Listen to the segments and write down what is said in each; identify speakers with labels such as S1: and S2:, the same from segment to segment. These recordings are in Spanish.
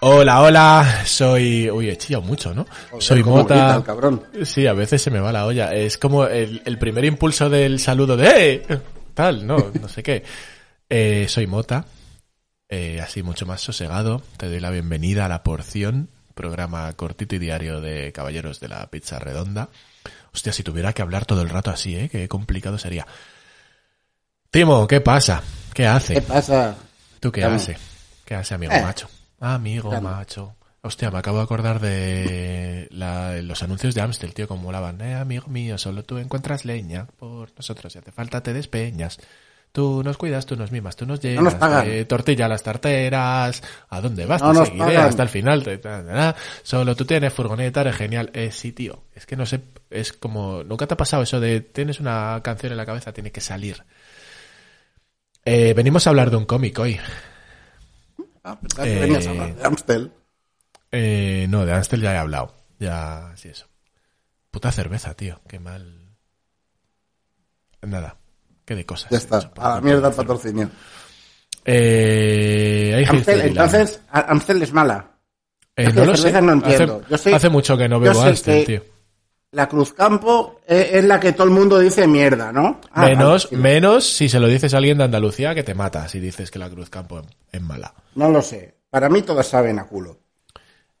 S1: Hola, hola, soy... Uy, he chillado mucho, ¿no?
S2: Joder,
S1: soy
S2: cómo
S1: Mota...
S2: grita el cabrón.
S1: Sí, a veces se me va la olla. Es como el, el primer impulso del saludo de ¡Eh! Tal, no, no sé qué. Eh, soy Mota, eh, así mucho más sosegado. Te doy la bienvenida a La Porción, programa cortito y diario de Caballeros de la Pizza Redonda. Hostia, si tuviera que hablar todo el rato así, ¿eh? Qué complicado sería. Timo, ¿qué pasa? ¿Qué hace?
S2: ¿Qué pasa?
S1: ¿Tú qué
S2: Dame.
S1: haces? ¿Qué haces, amigo
S2: Eh.
S1: macho? Amigo
S2: Dame.
S1: macho. Hostia, me acabo de acordar de la- los anuncios de Amstel, tío, como molaban. Eh, amigo mío, solo tú encuentras leña por nosotros. Si hace falta, te despeñas. Tú nos cuidas, tú nos mimas, tú nos llenas.
S2: nos pagan.
S1: de tortilla a las tarteras. ¿A dónde vas?
S2: No
S1: te
S2: nos
S1: seguiré
S2: pagan.
S1: hasta el final. te- ta, ta, ta. Solo tú tienes furgoneta, eres genial. Eh, sí, tío. Es que no sé, es como... ¿Nunca te ha pasado eso de tienes una canción en la cabeza, tiene que salir? Eh, venimos a hablar de un cómic hoy.
S2: Ah, pensaba que
S1: Eh,
S2: venías a hablar de Amstel.
S1: Eh, no, de Amstel ya he hablado. Ya, sí, eso. Puta cerveza, tío. Qué mal. Nada. Qué de cosas.
S2: Ya
S1: he hecho,
S2: está,
S1: por
S2: a la
S1: tanto.
S2: mierda el patrocinio.
S1: Eh, hay
S2: Amstel,
S1: Hilsdale, la-
S2: entonces, a- Amstel es mala.
S1: Eh,
S2: es que
S1: no lo
S2: de cerveza
S1: sé.
S2: no
S1: Hace-
S2: entiendo. Yo
S1: Hace,
S2: sé-
S1: mucho que no
S2: yo
S1: bebo
S2: sé
S1: Amstel,
S2: que-
S1: tío.
S2: La Cruzcampo e-, es, es la que todo el mundo dice mierda, ¿no? Ah,
S1: menos,
S2: vale, sí.
S1: menos si se lo dices a alguien de Andalucía que te mata si dices que la Cruz Campo es- es mala.
S2: No lo sé. Para mí todas saben a culo.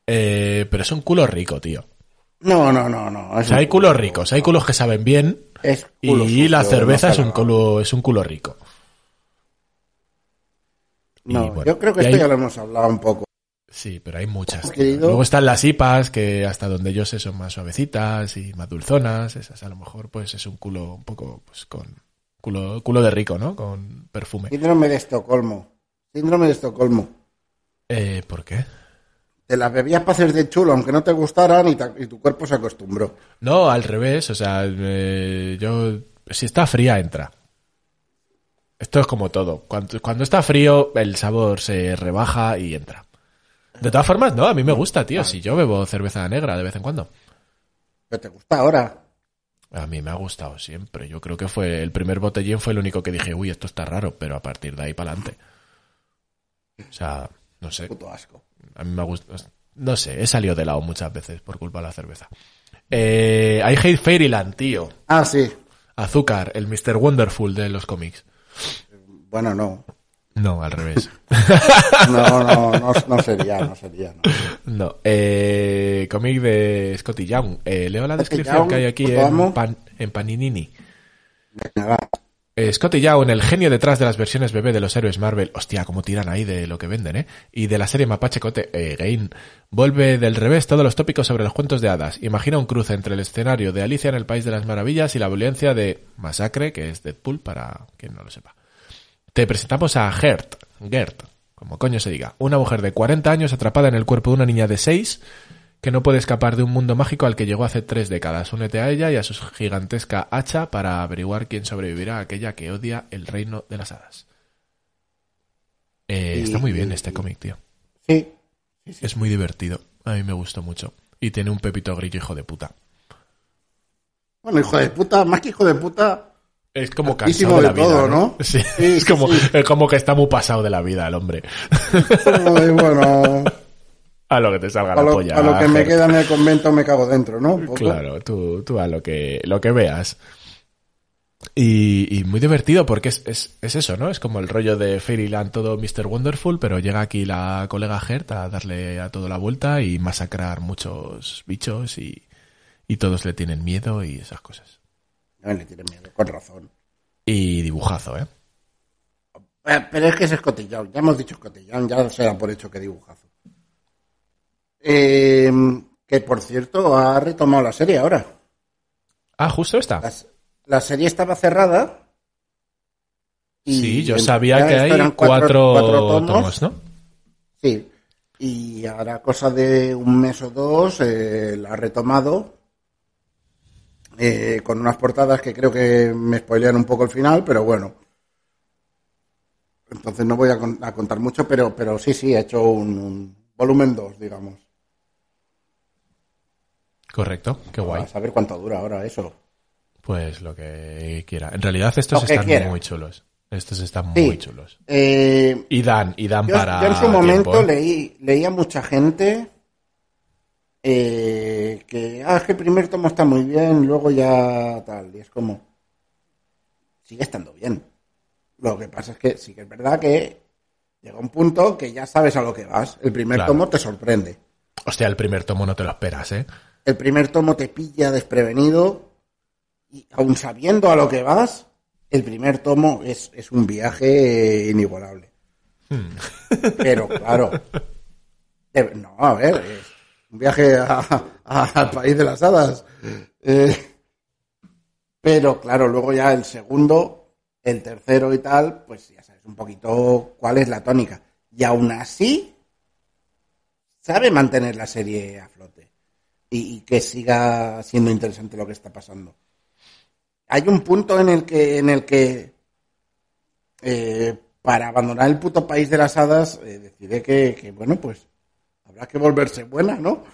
S1: Eh, pero es un culo rico, tío.
S2: No, no, no, no.
S1: O sea, hay culos ricos, hay culos que saben bien
S2: Es
S1: y
S2: culo sucio,
S1: la
S2: no
S1: cerveza es un
S2: salga.
S1: culo, es un culo rico.
S2: No,
S1: y bueno,
S2: yo creo que
S1: y
S2: esto
S1: ahí-
S2: ya lo hemos hablado un poco.
S1: Sí, pero hay muchas.
S2: Porque
S1: tío.
S2: digo-
S1: Luego están las IPAs, que hasta donde yo sé son más suavecitas y más dulzonas. Esas a lo mejor pues es un culo un poco pues con culo, culo de rico, ¿no? Con perfume.
S2: Síndrome de Estocolmo. Síndrome de Estocolmo.
S1: Eh, ¿Por qué?
S2: Te las bebías para hacer de chulo, aunque no te gustaran, y, ta- y tu cuerpo se acostumbró.
S1: No, al revés. O sea, eh, yo... Si está fría, entra. Esto es como todo. Cuando, cuando está frío, el sabor se rebaja y entra. De todas formas, no, a mí me gusta, tío. Si yo bebo cerveza negra de vez en cuando.
S2: Pero te gusta ahora.
S1: A mí me ha gustado siempre. Yo creo que fue el primer botellín fue el único que dije, uy, esto está raro, pero a partir de ahí para adelante. O sea, no sé.
S2: Puto asco.
S1: A mí me ha gustado. No sé, he salido de lado muchas veces por culpa de la cerveza. Eh, I hate Fairyland, tío.
S2: Ah, sí.
S1: Azúcar, el Mr. Wonderful de los cómics.
S2: Bueno, no.
S1: No, al revés.
S2: No, no, no, no sería, no sería. No.
S1: No. Eh, cómic de Scotty Young. Eh, leo la
S2: Scotty
S1: descripción
S2: Young, pues
S1: que hay aquí
S2: puto
S1: en,
S2: amo.
S1: pan, en Paninini.
S2: Venga, va.
S1: Eh, Scotty Young, el genio detrás de las versiones bebé de los héroes Marvel, hostia, como tiran ahí de lo que venden, ¿eh? Y de la serie Mapache Cote, eh, Gain, vuelve del revés todos los tópicos sobre los cuentos de hadas. Imagina un cruce entre el escenario de Alicia en el País de las Maravillas y la violencia de Masacre, que es Deadpool, para quien no lo sepa. Te presentamos a Gert, Gert, como coño se diga, una mujer de 40 años atrapada en el cuerpo de una niña de 6 que no puede escapar de un mundo mágico al que llegó hace tres décadas. Únete a ella y a su gigantesca hacha para averiguar quién sobrevivirá a aquella que odia el reino de las hadas. Eh,
S2: Y-
S1: está muy bien este cómic, tío.
S2: Sí.
S1: Es muy divertido. A mí me gustó mucho. Y tiene un pepito grillo hijo de puta.
S2: Bueno, hijo de puta, más que hijo de puta.
S1: Es como cansado
S2: Hartísimo
S1: de la
S2: de
S1: vida,
S2: todo,
S1: ¿no?
S2: ¿no?
S1: Sí,
S2: Sí,
S1: es,
S2: sí,
S1: como,
S2: sí.
S1: es como que está muy pasado de la vida el hombre.
S2: como de, eh, bueno,
S1: A lo que te salga
S2: a
S1: la
S2: lo,
S1: polla.
S2: a lo que me
S1: Ger.
S2: queda en el convento me cago dentro, ¿no? Un poco.
S1: Claro, tú, tú a lo que, lo que veas. Y, y muy divertido porque es, es, es eso, ¿no? Es como el rollo de Fairyland, todo Mr. Wonderful, pero llega aquí la colega Hert a darle a todo la vuelta y masacrar muchos bichos y, y todos le tienen miedo y esas cosas.
S2: No, le tiene miedo, con razón.
S1: Y dibujazo, ¿eh?
S2: Eh, Pero es que es escotillón, ya hemos dicho escotillón, ya se da por hecho que dibujazo. Eh, que por cierto, ha retomado la serie ahora.
S1: Ah, justo esta.
S2: La, s- la serie estaba cerrada.
S1: Sí, yo
S2: en-
S1: sabía
S2: ya
S1: que
S2: esto
S1: hay
S2: eran
S1: cuatro,
S2: cuatro
S1: tomos. ¿no?
S2: Sí. Y ahora, cosa de un mes o dos, eh, la ha retomado. eh, con unas portadas que creo que me spoilean un poco el final, pero bueno. Entonces no voy a, con- a contar mucho, pero, pero sí, sí, he hecho un, un volumen 2, digamos.
S1: Correcto, qué guay.
S2: Ah. A saber cuánto dura ahora eso.
S1: Pues lo que quiera. En realidad estos
S2: Lo que
S1: están
S2: quiera.
S1: muy chulos. Estos están
S2: Sí.
S1: muy chulos.
S2: Eh,
S1: Y dan, y dan
S2: yo,
S1: para.
S2: yo en su momento
S1: tiempo, ¿eh?
S2: leí, leí a mucha gente eh, que, ah, es que el primer tomo está muy bien, luego ya tal. Y es como, sigue estando bien. Lo que pasa es que sí que es verdad que llega un punto que ya sabes a lo que vas. El primer
S1: Claro.
S2: tomo te sorprende.
S1: Hostia, el primer tomo no te lo esperas, ¿eh?
S2: El primer tomo te pilla desprevenido y aun sabiendo a lo que vas, el primer tomo es, es un viaje eh, inigualable. Pero claro, eh, no, a ver, es un viaje a- a- al país de las hadas. Eh, pero claro, luego ya el segundo, el tercero y tal, pues ya sabes un poquito cuál es la tónica. Y aún así, sabe mantener la serie a flote y, y que siga siendo interesante lo que está pasando. Hay un punto en el que, en el que eh, para abandonar el puto país de las hadas, eh, decide que, que, bueno, pues habrá que volverse buena, ¿no?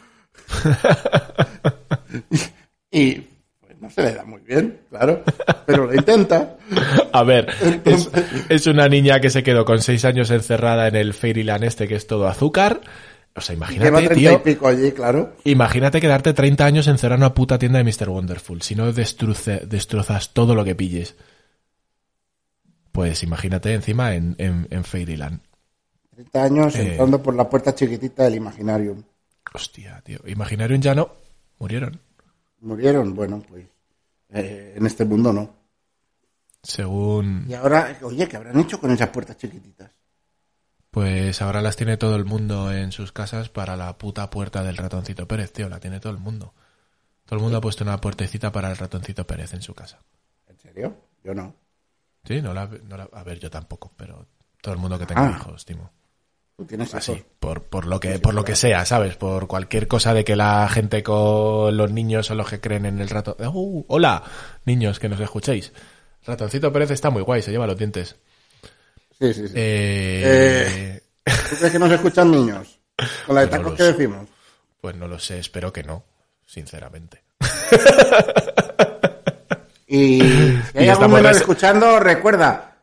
S2: y pues, no se le da muy bien, claro, pero lo intenta.
S1: A ver, es, es una niña que se quedó con seis años encerrada en el Fairyland este que es todo azúcar. O sea,
S2: Lleva
S1: imagínate,
S2: treinta y
S1: tío.
S2: pico allí, claro.
S1: Imagínate quedarte 30 años encerrado en una puta tienda de Mr. Wonderful. Si no destruce- destrozas todo lo que pilles. Pues imagínate encima en, en, en Fairyland.
S2: 30 años
S1: Eh.
S2: entrando por la puerta chiquitita del Imaginarium.
S1: Hostia, tío. Imaginario en llano. Murieron.
S2: ¿Murieron? Bueno, pues eh, en este mundo no.
S1: Según.
S2: Y ahora, oye, ¿qué habrán hecho con esas puertas chiquititas?
S1: Pues ahora las tiene todo el mundo en sus casas para la puta puerta del ratoncito Pérez, tío. La tiene todo el mundo. Todo el mundo ha puesto una puertecita para el ratoncito Pérez en su casa.
S2: ¿En serio? Yo no.
S1: Sí, no la, no la- A ver, yo tampoco, pero todo el mundo que tenga
S2: Ah.
S1: hijos, Timo.
S2: Tú tienes
S1: Así,
S2: hijos.
S1: por, por lo que por lo que sea, ¿sabes? Por cualquier cosa de que la gente con los niños son los que creen en el rato. ¡Uh! hola, niños que nos escuchéis. Ratoncito Pérez está muy guay, se lleva los dientes.
S2: Sí, sí, sí.
S1: Eh,
S2: ¿Tú crees que nos escuchan niños? Con la de
S1: Yo no
S2: tacos
S1: lo
S2: que
S1: sé.
S2: decimos.
S1: Pues no lo sé, espero que no, sinceramente.
S2: Y si hay
S1: Y
S2: algún
S1: estamos
S2: menor
S1: res-
S2: escuchando, recuerda.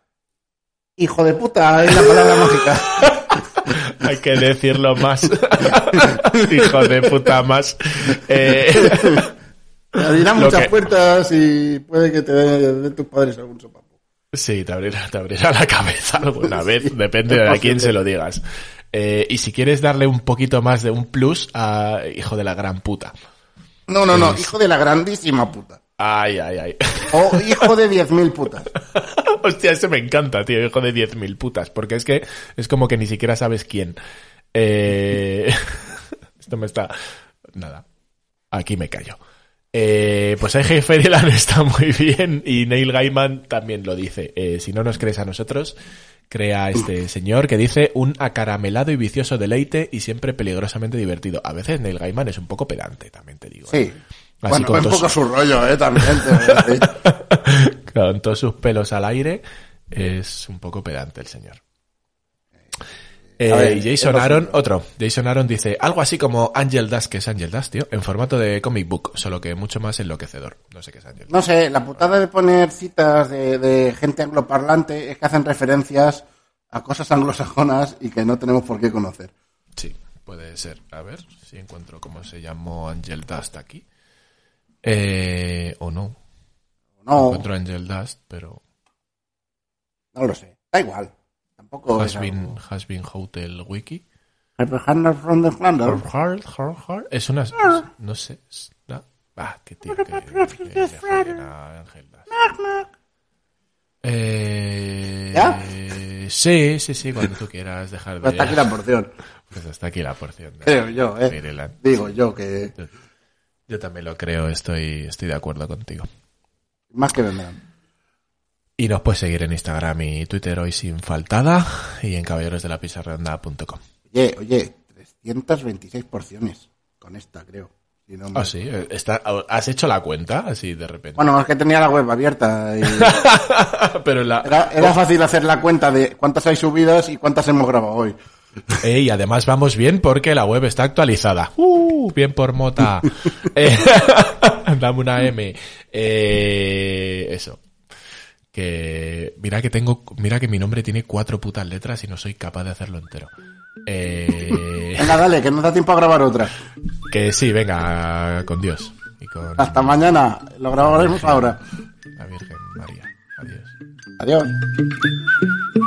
S2: Hijo de puta, es la palabra mágica.
S1: Hay que decirlo más. Hijo de puta más. Eh,
S2: Te abrirán
S1: Lo
S2: muchas
S1: que-
S2: puertas y puede que te den den tus padres algún sopapo.
S1: sí, te abrirá, te abrirá la cabeza alguna vez, depende de a quién se lo digas. Eh, y si quieres darle un poquito más de un plus a hijo de la gran puta.
S2: No, no, no, hijo de la grandísima puta.
S1: Ay, ay, ay.
S2: O hijo de 10.000 putas.
S1: Hostia, ese me encanta, tío, hijo de 10.000 putas, porque es que es como que ni siquiera sabes quién. Eh, Esto me está... Nada, aquí me callo. Eh, pues AJ Ferieland está muy bien y Neil Gaiman también lo dice. Eh, si no nos crees a nosotros, crea a este señor que dice un acaramelado y vicioso deleite y siempre peligrosamente divertido. A veces Neil Gaiman es un poco pedante, también te digo. ¿eh?
S2: Sí.
S1: Así
S2: bueno, pues
S1: con
S2: un
S1: tos-
S2: poco su rollo, eh, también. te voy a decir.
S1: con todos sus pelos al aire, es un poco pedante el señor. Eh,
S2: A ver,
S1: y Jason
S2: hemos-
S1: Aaron, otro. Jason Aaron dice algo así como Angel Dust, que es Angel Dust, tío, en formato de comic book, solo que mucho más enloquecedor. No sé qué es Angel Dust.
S2: No sé, la putada de poner citas de, de gente angloparlante es que hacen referencias a cosas anglosajonas y que no tenemos por qué conocer.
S1: Sí, puede ser. A ver si encuentro cómo se llamó Angel Dust aquí. Eh, o no.
S2: No,
S1: Encuentro Angel Dust, pero
S2: no lo sé. Da igual. Tampoco es
S1: has been,
S2: algo.
S1: has been Hotel Wiki.
S2: Representando from the Flanders.
S1: Hard, hard, hard. Es una. No sé. es una- ah, qué tío. Que, que- que joder, ah, Ángel Das. Eh,
S2: ¿Ya?
S1: Sí, sí, sí, cuando tú quieras dejar de.
S2: Hasta aquí la porción,
S1: Pues hasta aquí la porción. de-
S2: creo yo, eh.
S1: Maryland.
S2: Digo yo que
S1: Yo también lo creo, estoy, estoy de acuerdo contigo.
S2: más que venderán.
S1: Y nos puedes seguir en Instagram y Twitter hoy sin faltada y en caballerosdelapizarredonda.com.
S2: Oye, oye, 326 porciones con esta, creo. Si no me-
S1: Ah, sí, eh, está, has hecho la cuenta así de repente.
S2: Bueno, es que tenía la web abierta y
S1: Pero la,
S2: era, era fácil hacer la cuenta de cuántas hay subidas y cuántas hemos grabado hoy.
S1: Eh, y además vamos bien porque la web está actualizada. ¡Uh! Bien por mota. Eh, dame una M. Eh, eso. Que mira que tengo, mira que mi nombre tiene cuatro putas letras y no soy capaz de hacerlo entero. Eh,
S2: Venga, dale, que nos da tiempo a grabar otra.
S1: que sí, venga, con Dios. Y con
S2: Hasta mañana. Lo grabaremos ahora.
S1: la Virgen María. Adiós.
S2: Adiós.